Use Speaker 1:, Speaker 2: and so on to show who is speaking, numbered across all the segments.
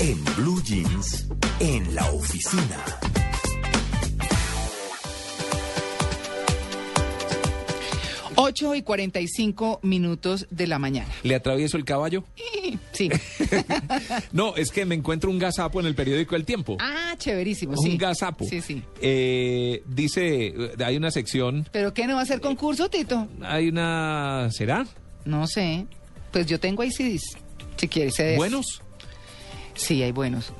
Speaker 1: En Blue Jeans, en la oficina.
Speaker 2: Ocho y 45 minutos de la mañana.
Speaker 3: ¿Le atravieso el caballo?
Speaker 2: Sí.
Speaker 3: No, es que me encuentro un gazapo en el periódico El Tiempo.
Speaker 2: Ah, chéverísimo,
Speaker 3: un
Speaker 2: sí.
Speaker 3: gazapo.
Speaker 2: Sí, sí.
Speaker 3: Eh, dice, eh, hay una sección,
Speaker 2: ¿Pero qué no va a ser concurso, Tito?
Speaker 3: hay una... ¿Será?
Speaker 2: No sé. Pues yo tengo ahí CDs. Si quieres, CDs.
Speaker 3: ¿Buenos?
Speaker 2: Sí, hay buenos.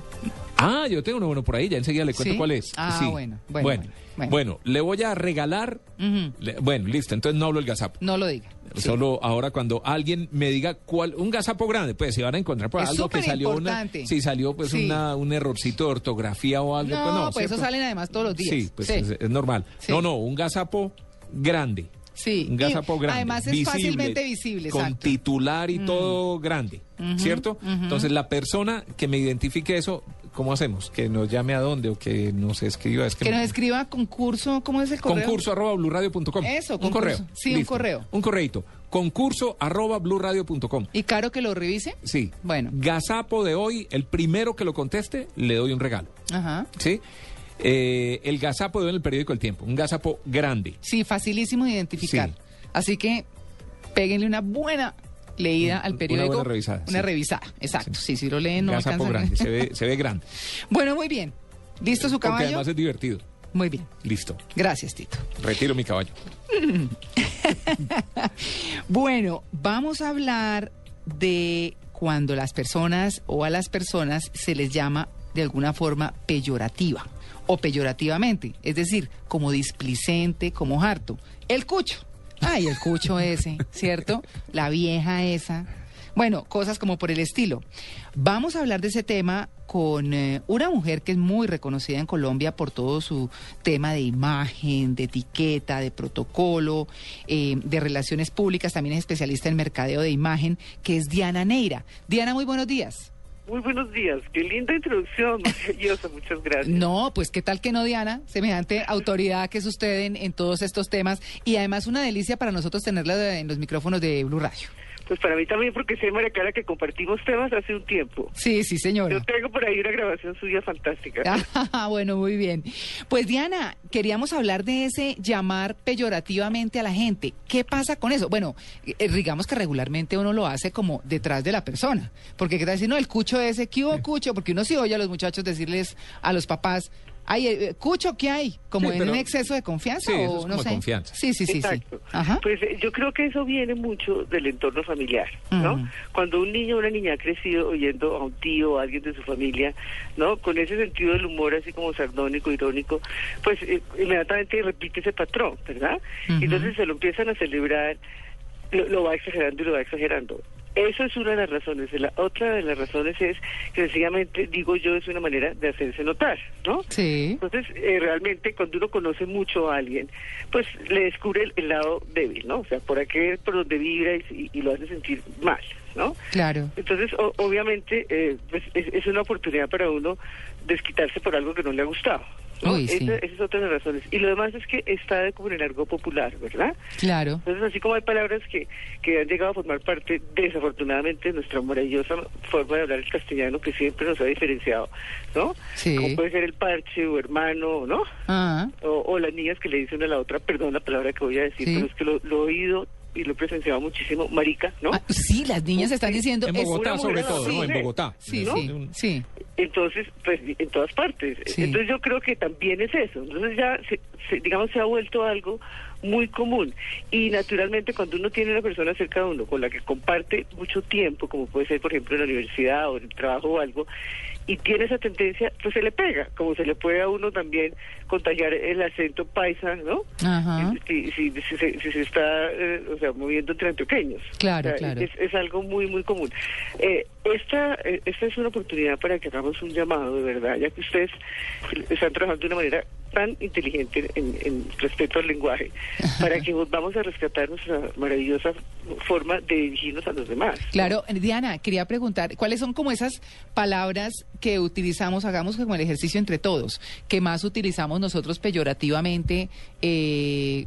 Speaker 3: Ah, yo tengo uno bueno por ahí, ya enseguida le cuento
Speaker 2: ¿Sí?
Speaker 3: cuál es.
Speaker 2: Ah,
Speaker 3: Sí.
Speaker 2: bueno, bueno,
Speaker 3: Bueno,
Speaker 2: bueno, bueno.
Speaker 3: bueno, le voy a regalar...
Speaker 2: Ujú.
Speaker 3: le- bueno, listo, entonces no hablo el gazapo.
Speaker 2: No lo diga. Sí.
Speaker 3: Solo ahora cuando alguien me diga cuál, un gazapo grande, pues se van a encontrar por
Speaker 2: Es
Speaker 3: algo que salió una,
Speaker 2: superimportante.
Speaker 3: si salió pues
Speaker 2: Sí.
Speaker 3: una- un errorcito de ortografía o algo,
Speaker 2: No,
Speaker 3: pues no,
Speaker 2: pues eso
Speaker 3: ¿cierto?
Speaker 2: salen además todos los días.
Speaker 3: Sí, pues
Speaker 2: Sí.
Speaker 3: Es, es normal.
Speaker 2: Sí.
Speaker 3: No, no, un gazapo grande.
Speaker 2: Sí.
Speaker 3: Un gazapo
Speaker 2: Y
Speaker 3: grande.
Speaker 2: Además es
Speaker 3: visible,
Speaker 2: fácilmente visible,
Speaker 3: Con
Speaker 2: exacto. Mm.
Speaker 3: titular y todo grande, ¿cierto? Entonces la persona que me identifique eso, ¿cómo hacemos? Que nos llame a dónde o que nos escriba. Es que
Speaker 2: Que
Speaker 3: me-
Speaker 2: nos escriba concurso, ¿cómo es el correo?
Speaker 3: Concurso arroba blurradio.com.
Speaker 2: Eso,
Speaker 3: Un
Speaker 2: concurso.
Speaker 3: correo.
Speaker 2: Sí, un correo.
Speaker 3: Un correito. Concurso arroba blurradio.com.
Speaker 2: Y claro que lo revise.
Speaker 3: Sí.
Speaker 2: Bueno.
Speaker 3: Gazapo de hoy, el primero que lo conteste, le doy un regalo.
Speaker 2: Ajá.
Speaker 3: ¿Sí? Eh, el gazapo de hoy en el periódico El Tiempo. Un gazapo grande.
Speaker 2: Sí, facilísimo de identificar.
Speaker 3: Sí.
Speaker 2: Así que péguenle una buena leída al
Speaker 3: Una
Speaker 2: periódico.
Speaker 3: buena revisada,
Speaker 2: Una
Speaker 3: sí.
Speaker 2: revisada, exacto. Sí, si lo leen Eh, no
Speaker 3: gazapo
Speaker 2: alcanzan.
Speaker 3: grande. Se ve, se ve grande.
Speaker 2: Bueno, muy bien. ¿Listo su
Speaker 3: Porque
Speaker 2: caballo?
Speaker 3: además es divertido.
Speaker 2: Muy bien.
Speaker 3: Listo.
Speaker 2: Gracias, Tito.
Speaker 3: Retiro mi caballo.
Speaker 2: Bueno, vamos a hablar de cuando las personas o a las personas se les llama de alguna forma peyorativa o peyorativamente, es decir, como displicente, como harto. El cucho. Ay, el cucho ese, ¿cierto? La vieja esa. Bueno, cosas como por el estilo. Vamos a hablar de ese tema con eh, una mujer que es muy reconocida en Colombia por todo su tema de imagen, de etiqueta, de protocolo, eh, de relaciones públicas. También es especialista en mercadeo de imagen, que es Diana Neira. Diana, muy buenos días.
Speaker 4: Muy buenos días, qué linda introducción, maravillosa, muchas gracias.
Speaker 2: No, pues qué tal que no, Diana, semejante autoridad que es usted en, en todos estos temas y además una delicia para nosotros tenerla de- en los micrófonos de Blue Radio.
Speaker 4: Pues para mí también, porque sé, María Clara, que compartimos temas hace un tiempo.
Speaker 2: Sí, sí, señora.
Speaker 4: Yo tengo por ahí una grabación suya fantástica.
Speaker 2: Ah, bueno, muy bien. Pues Diana, queríamos hablar de ese llamar peyorativamente a la gente. ¿Qué pasa con eso? Bueno, eh, digamos que regularmente uno lo hace como detrás de la persona. Porque qué tal si no, el cucho ese, ¿qué hubo cucho? Porque uno sí oye a los muchachos decirles a los papás, ay, eh, eh, cucho, ¿qué hay? Como
Speaker 3: Sí,
Speaker 2: en
Speaker 3: pero-
Speaker 2: un exceso de confianza
Speaker 3: Sí,
Speaker 2: o
Speaker 3: eso es
Speaker 2: no
Speaker 3: como
Speaker 2: sé.
Speaker 3: confianza.
Speaker 2: Sí, sí, sí,
Speaker 4: Exacto.
Speaker 2: sí. Ajá.
Speaker 4: Pues eh, yo creo que eso viene mucho del entorno familiar, ¿no?
Speaker 2: Ujú.
Speaker 4: Cuando un niño o una niña ha crecido oyendo a un tío o a alguien de su familia, ¿no? Con ese sentido del humor así como sardónico, irónico, pues eh, inmediatamente repite ese patrón, ¿verdad?
Speaker 2: Ujú.
Speaker 4: Entonces se lo empiezan a celebrar, lo, lo va exagerando y lo va exagerando. Eso es una de las razones. La otra de las razones es que sencillamente, digo yo, es una manera de hacerse notar, ¿no?
Speaker 2: Sí.
Speaker 4: Entonces, eh, realmente cuando uno conoce mucho a alguien, pues le descubre el, el lado débil, ¿no? O sea, por aquel, por donde vibra y, y lo hace sentir mal, ¿no?
Speaker 2: Claro.
Speaker 4: Entonces, o- obviamente, eh, pues, es, es una oportunidad para uno desquitarse por algo que no le ha gustado. ¿no?
Speaker 2: Uy, sí.
Speaker 4: Esa, esa es otra de las razones. Y lo demás es que está como en el argot popular, ¿verdad?
Speaker 2: Claro.
Speaker 4: Entonces, así como hay palabras que, que han llegado a formar parte, desafortunadamente, de nuestra maravillosa forma de hablar el castellano que siempre nos ha diferenciado, ¿no?
Speaker 2: Sí.
Speaker 4: Como puede ser el parche o hermano, ¿no?
Speaker 2: Ah,
Speaker 4: O, o las niñas que le dicen a la otra, perdón la palabra que voy a decir,
Speaker 2: Sí.
Speaker 4: pero es que lo, lo he oído y lo he presenciado muchísimo, marica, ¿no?
Speaker 2: Ah, sí, las niñas están diciendo...
Speaker 3: En
Speaker 2: es-
Speaker 4: una
Speaker 3: Bogotá, sobre
Speaker 4: mujer
Speaker 3: todo, ¿no? En
Speaker 4: horrible.
Speaker 3: Bogotá.
Speaker 2: Sí,
Speaker 3: ¿no?
Speaker 2: sí, sí.
Speaker 4: Entonces, pues en todas partes.
Speaker 2: Sí.
Speaker 4: Entonces yo creo que también es eso. Entonces ya, se- se- digamos, se ha vuelto algo muy común. Y naturalmente cuando uno tiene una persona cerca de uno con la que comparte mucho tiempo, como puede ser, por ejemplo, en la universidad o en el trabajo o algo, y tiene esa tendencia, pues se le pega, como se le puede a uno también contagiar el acento paisa, ¿no?
Speaker 2: Ajá.
Speaker 4: Si, si- si se- si se está eh, o sea, moviendo entre antioqueños.
Speaker 2: Claro,
Speaker 4: O sea,
Speaker 2: claro.
Speaker 4: Es, es algo muy, muy común. Eh, esta, eh, esta es una oportunidad para que hagamos un llamado, de verdad, ya que ustedes están trabajando de una manera tan inteligente en, en respecto al lenguaje, para que vamos a rescatar nuestra maravillosa forma de dirigirnos a los demás.
Speaker 2: Claro, eh, Diana, quería preguntar, ¿cuáles son como esas palabras que utilizamos, hagamos como el ejercicio entre todos, que más utilizamos nosotros peyorativamente, eh,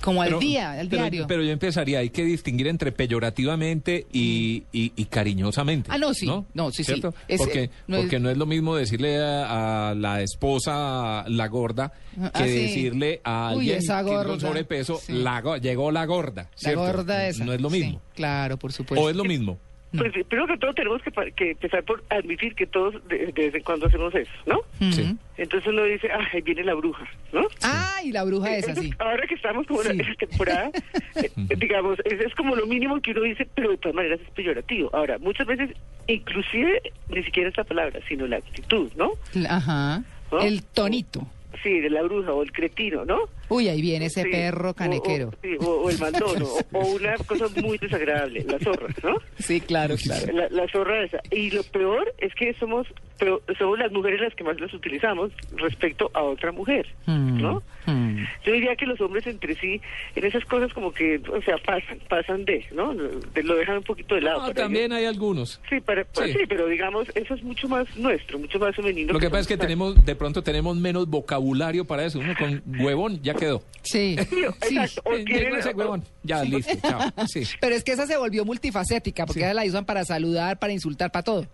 Speaker 2: como al
Speaker 3: Pero-
Speaker 2: día, al
Speaker 3: pero-
Speaker 2: diario?
Speaker 3: Pero yo empezaría, hay que distinguir entre peyorativamente y, y- y cariñosamente.
Speaker 2: Ah, no, sí. No, sí, sí.
Speaker 3: ¿Cierto?
Speaker 2: Es,
Speaker 3: porque,
Speaker 2: eh, no es-
Speaker 3: porque no es lo mismo decirle a, a la esposa la gorda que
Speaker 2: Ah, sí.
Speaker 3: decirle a
Speaker 2: Uy,
Speaker 3: alguien
Speaker 2: esa
Speaker 3: que
Speaker 2: gorda.
Speaker 3: con sobrepeso,
Speaker 2: Sí.
Speaker 3: la go- llegó la gorda.
Speaker 2: la
Speaker 3: ¿cierto?
Speaker 2: gorda esa.
Speaker 3: No es lo
Speaker 2: sí,
Speaker 3: mismo.
Speaker 2: claro, por supuesto.
Speaker 3: O es lo mismo.
Speaker 2: No.
Speaker 4: Pues eh, primero que todo tenemos que, pa- que empezar por admitir que todos de, de vez en cuando hacemos eso, ¿no?
Speaker 2: Ujú.
Speaker 3: sí.
Speaker 4: Entonces uno dice, ah, ahí viene la bruja, ¿no?
Speaker 2: Ah, y la bruja esa,
Speaker 4: Entonces,
Speaker 2: sí.
Speaker 4: Ahora que estamos como en
Speaker 2: Sí.
Speaker 4: la temporada, eh, digamos, es, es como lo mínimo que uno dice, pero de todas maneras es peyorativo. Ahora, muchas veces, inclusive, ni siquiera esta palabra, sino la actitud, ¿no?
Speaker 2: Ajá.
Speaker 4: ¿No?
Speaker 2: El tonito.
Speaker 4: Sí, de la bruja o el cretino, ¿no?
Speaker 2: Uy, ahí viene ese
Speaker 4: Sí, Oh,
Speaker 2: perro
Speaker 4: o-
Speaker 2: canequero.
Speaker 4: O, sí, o- o el mandón, o, o una cosa muy desagradable, la zorra, ¿no?
Speaker 2: Sí, claro, claro.
Speaker 4: La, la zorra esa. Y lo peor es que somos pero somos las mujeres las que más las utilizamos respecto a otra mujer,
Speaker 2: Mm,
Speaker 4: ¿no?
Speaker 2: mm.
Speaker 4: Yo diría que los hombres entre sí, en esas cosas como que, o sea, pasan, pasan de, ¿no? De- lo dejan un poquito de lado.
Speaker 3: No,
Speaker 4: para
Speaker 3: también hay algunos.
Speaker 4: ellos. Sí, para, para-
Speaker 3: Sí.
Speaker 4: sí, pero digamos, eso es mucho más nuestro, mucho más femenino.
Speaker 3: Lo que pasa es que
Speaker 4: somos-
Speaker 3: tenemos, de pronto tenemos menos vocabulario para eso. Uno con huevón ya quedó.
Speaker 2: Sí.
Speaker 4: Sí,
Speaker 2: sí.
Speaker 4: exacto, o
Speaker 3: Eh,
Speaker 4: tienen-
Speaker 3: llegó ese huevón. Ya, listo, chao. Sí.
Speaker 2: Pero es que esa se volvió multifacética, porque
Speaker 3: Sí.
Speaker 2: esa la usan para saludar, para insultar, para todo.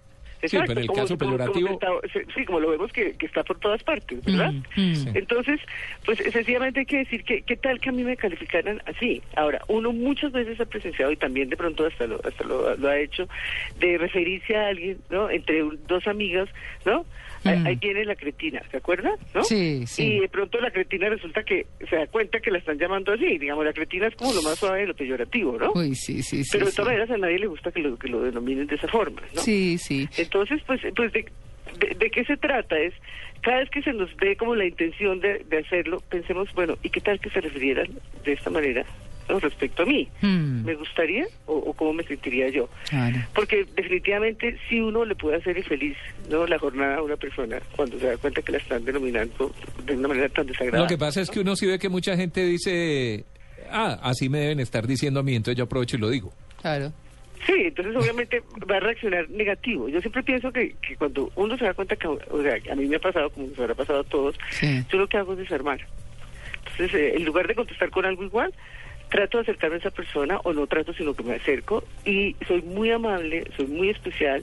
Speaker 3: Sí, pero en el caso peyorativo-
Speaker 4: se está- se- sí, como lo vemos que, que está por todas partes, ¿verdad?
Speaker 2: Mm, mm. Sí.
Speaker 4: Entonces, pues sencillamente hay que decir que qué tal que a mí me calificaran así. Ahora, uno muchas veces ha presenciado y también de pronto hasta lo, hasta lo, lo ha hecho, de referirse a alguien, ¿no? Entre un- dos amigas, ¿no? Ahí-
Speaker 2: Mm.
Speaker 4: Ahí viene la cretina, ¿se acuerdan? ¿No?
Speaker 2: Sí, sí.
Speaker 4: Y de pronto la cretina resulta que se da cuenta que la están llamando así. Digamos, la cretina es como lo más suave de lo peyorativo, ¿no?
Speaker 2: Uy, sí, sí, sí.
Speaker 4: Pero de
Speaker 2: sí.
Speaker 4: todas maneras a nadie le gusta que lo, que lo denominen de esa forma, ¿no?
Speaker 2: Sí, sí.
Speaker 4: Entonces, pues, pues de, de, de qué se trata? Es cada vez que se nos dé como la intención de, de hacerlo, pensemos, bueno, ¿y qué tal que se refirieran de esta manera ¿no? respecto a mí?
Speaker 2: Mm.
Speaker 4: ¿Me gustaría o, o cómo me sentiría yo?
Speaker 2: Claro.
Speaker 4: Porque definitivamente si uno le puede hacer infeliz ¿no? la jornada a una persona cuando se da cuenta que la están denominando de una manera tan desagradable.
Speaker 3: Lo que pasa es que uno sí ve que mucha gente dice, ah, así me deben estar diciendo a mí, entonces yo aprovecho y lo digo.
Speaker 2: Claro.
Speaker 4: Sí, entonces obviamente va a reaccionar negativo. Yo siempre pienso que, que cuando uno se da cuenta que, o sea, a mí me ha pasado, como nos habrá pasado a todos,
Speaker 2: Sí.
Speaker 4: yo lo que hago es desarmar. Entonces, eh, en lugar de contestar con algo igual, trato de acercarme a esa persona, o no trato, sino que me acerco, y soy muy amable, soy muy especial,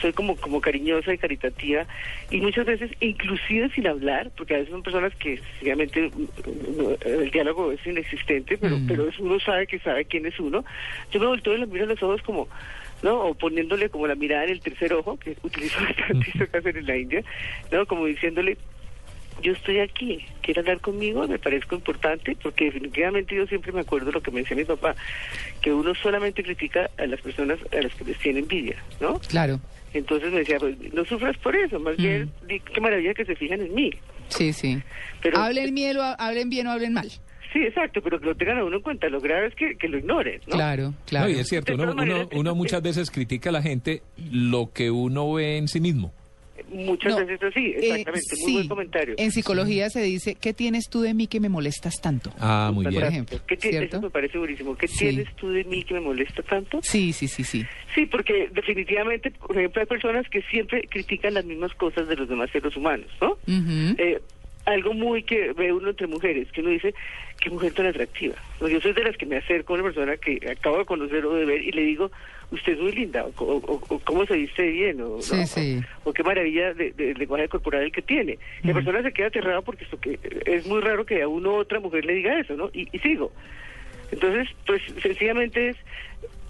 Speaker 4: soy como, como cariñosa y caritativa, y muchas veces, inclusive sin hablar, porque a veces son personas que, sencillamente, mm, mm, el diálogo es inexistente, pero,
Speaker 2: Mm.
Speaker 4: pero es- uno sabe que sabe quién es uno, yo me volteo y le miro a los ojos como, ¿no? O poniéndole como la mirada en el tercer ojo, que utilizo bastante esto que hacen en la India, ¿no? Como diciéndole, yo estoy aquí, quiere hablar conmigo, me parezco importante, porque definitivamente yo siempre me acuerdo lo que me decía mi papá, que uno solamente critica a las personas a las que les tiene envidia, ¿no?
Speaker 2: Claro.
Speaker 4: Entonces me decía, pues, no sufras por eso, más
Speaker 2: Mm.
Speaker 4: bien, di- qué maravilla que se fijan en mí.
Speaker 2: Sí, sí.
Speaker 4: Pero-
Speaker 2: hablen, bien o, hablen bien o hablen mal.
Speaker 4: Sí, exacto, pero que lo tengan a uno en cuenta, lo grave es que, que lo ignoren, ¿no?
Speaker 2: Claro, claro.
Speaker 3: No, y es cierto,
Speaker 4: De
Speaker 3: uno,
Speaker 4: todas maneras,
Speaker 3: uno- uno
Speaker 4: eh,
Speaker 3: muchas veces critica a la gente lo que uno ve en sí mismo.
Speaker 4: Muchas
Speaker 2: No,
Speaker 4: veces así,
Speaker 2: eh,
Speaker 4: exactamente, muy
Speaker 2: sí.
Speaker 4: buen comentario.
Speaker 2: En psicología se dice, ¿qué tienes tú de mí que me molestas tanto?
Speaker 3: Ah, muy
Speaker 4: Por
Speaker 2: Por
Speaker 3: bien.
Speaker 2: ejemplo,
Speaker 4: ¿Qué tienes?
Speaker 2: ¿cierto?
Speaker 4: Eso me parece buenísimo. ¿Qué
Speaker 2: Sí.
Speaker 4: tienes tú de mí que me molesta tanto?
Speaker 2: Sí, sí, sí, sí.
Speaker 4: Sí, porque definitivamente, por ejemplo, hay personas que siempre critican las mismas cosas de los demás seres humanos, ¿no?
Speaker 2: Ujú.
Speaker 4: Eh, algo muy que ve uno entre mujeres, que uno dice, qué mujer tan atractiva. No, yo soy de las que me acerco a una persona que acabo de conocer o de ver y le digo, usted es muy linda, o, o- o- o cómo se viste bien, o,
Speaker 2: Sí,
Speaker 4: ¿no?
Speaker 2: sí.
Speaker 4: o qué maravilla de, de- del lenguaje corporal el que tiene. Y La
Speaker 2: Ujú.
Speaker 4: persona se queda aterrada porque esto que- es muy raro que a uno u otra mujer le diga eso, ¿no? Y, y sigo. Entonces, pues sencillamente es,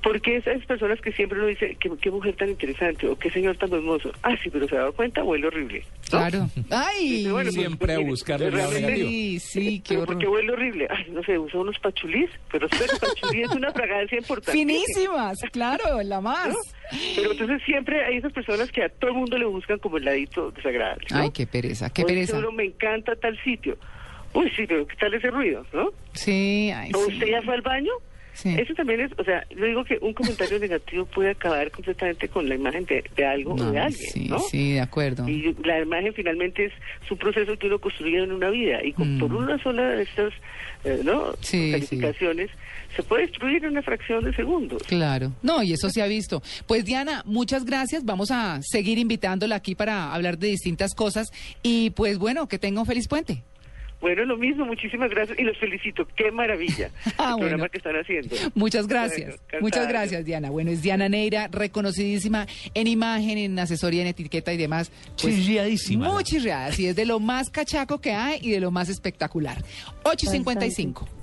Speaker 4: porque esas personas que siempre uno dice, qué, qué mujer tan interesante, o qué señor tan hermoso, ah, sí, pero se ha dado cuenta, huele horrible. ¿no?
Speaker 2: Claro. ¡Ay!
Speaker 4: Dice, bueno, pues,
Speaker 3: Siempre a
Speaker 4: mire,
Speaker 3: buscarle el lado
Speaker 4: realmente-
Speaker 3: negativo.
Speaker 2: Sí, sí, qué
Speaker 4: pero porque
Speaker 2: horror.
Speaker 4: huele horrible. Ay, no sé, usa unos pachulís, pero espera, pachulí es una fragancia importante.
Speaker 2: Finísimas, claro, la más.
Speaker 4: ¿no? Pero entonces siempre hay esas personas que a todo el mundo le buscan como el ladito desagradable. ¿no? Pues
Speaker 2: Ay, qué pereza, qué
Speaker 4: O dice
Speaker 2: pereza.
Speaker 4: uno, me encanta tal sitio. Uy, sí, pero ¿qué tal ese ruido, no?
Speaker 2: Sí, ay,
Speaker 4: ¿O
Speaker 2: sí.
Speaker 4: usted ya fue al baño?
Speaker 2: Sí.
Speaker 4: Eso también es, o sea, yo digo que un comentario negativo puede acabar completamente con la imagen de, de algo o de
Speaker 2: No,
Speaker 4: alguien,
Speaker 2: sí,
Speaker 4: ¿no?
Speaker 2: sí, de acuerdo.
Speaker 4: Y la imagen finalmente es, es un proceso que uno construye en una vida y con,
Speaker 2: Mm.
Speaker 4: por una sola de estas eh, ¿no?
Speaker 2: Sí, sí.
Speaker 4: calificaciones se puede destruir en una fracción de segundos.
Speaker 2: Claro, no, y eso se ha visto. Pues Diana, muchas gracias. Vamos a seguir invitándola aquí para hablar de distintas cosas. Y pues bueno, que tenga un feliz puente.
Speaker 4: Bueno, lo mismo, muchísimas gracias y los felicito. Qué maravilla
Speaker 2: Ah,
Speaker 4: el
Speaker 2: bueno.
Speaker 4: programa que están haciendo.
Speaker 2: Muchas gracias.
Speaker 4: Bueno, encantada.
Speaker 2: Muchas gracias, Diana. Bueno, es Diana Neira, reconocidísima en imagen, en asesoría, en etiqueta y demás. Pues,
Speaker 1: Chirriadísima.
Speaker 2: Muy chirriada, sí, es de lo más cachaco que hay y de lo más espectacular. 8.55.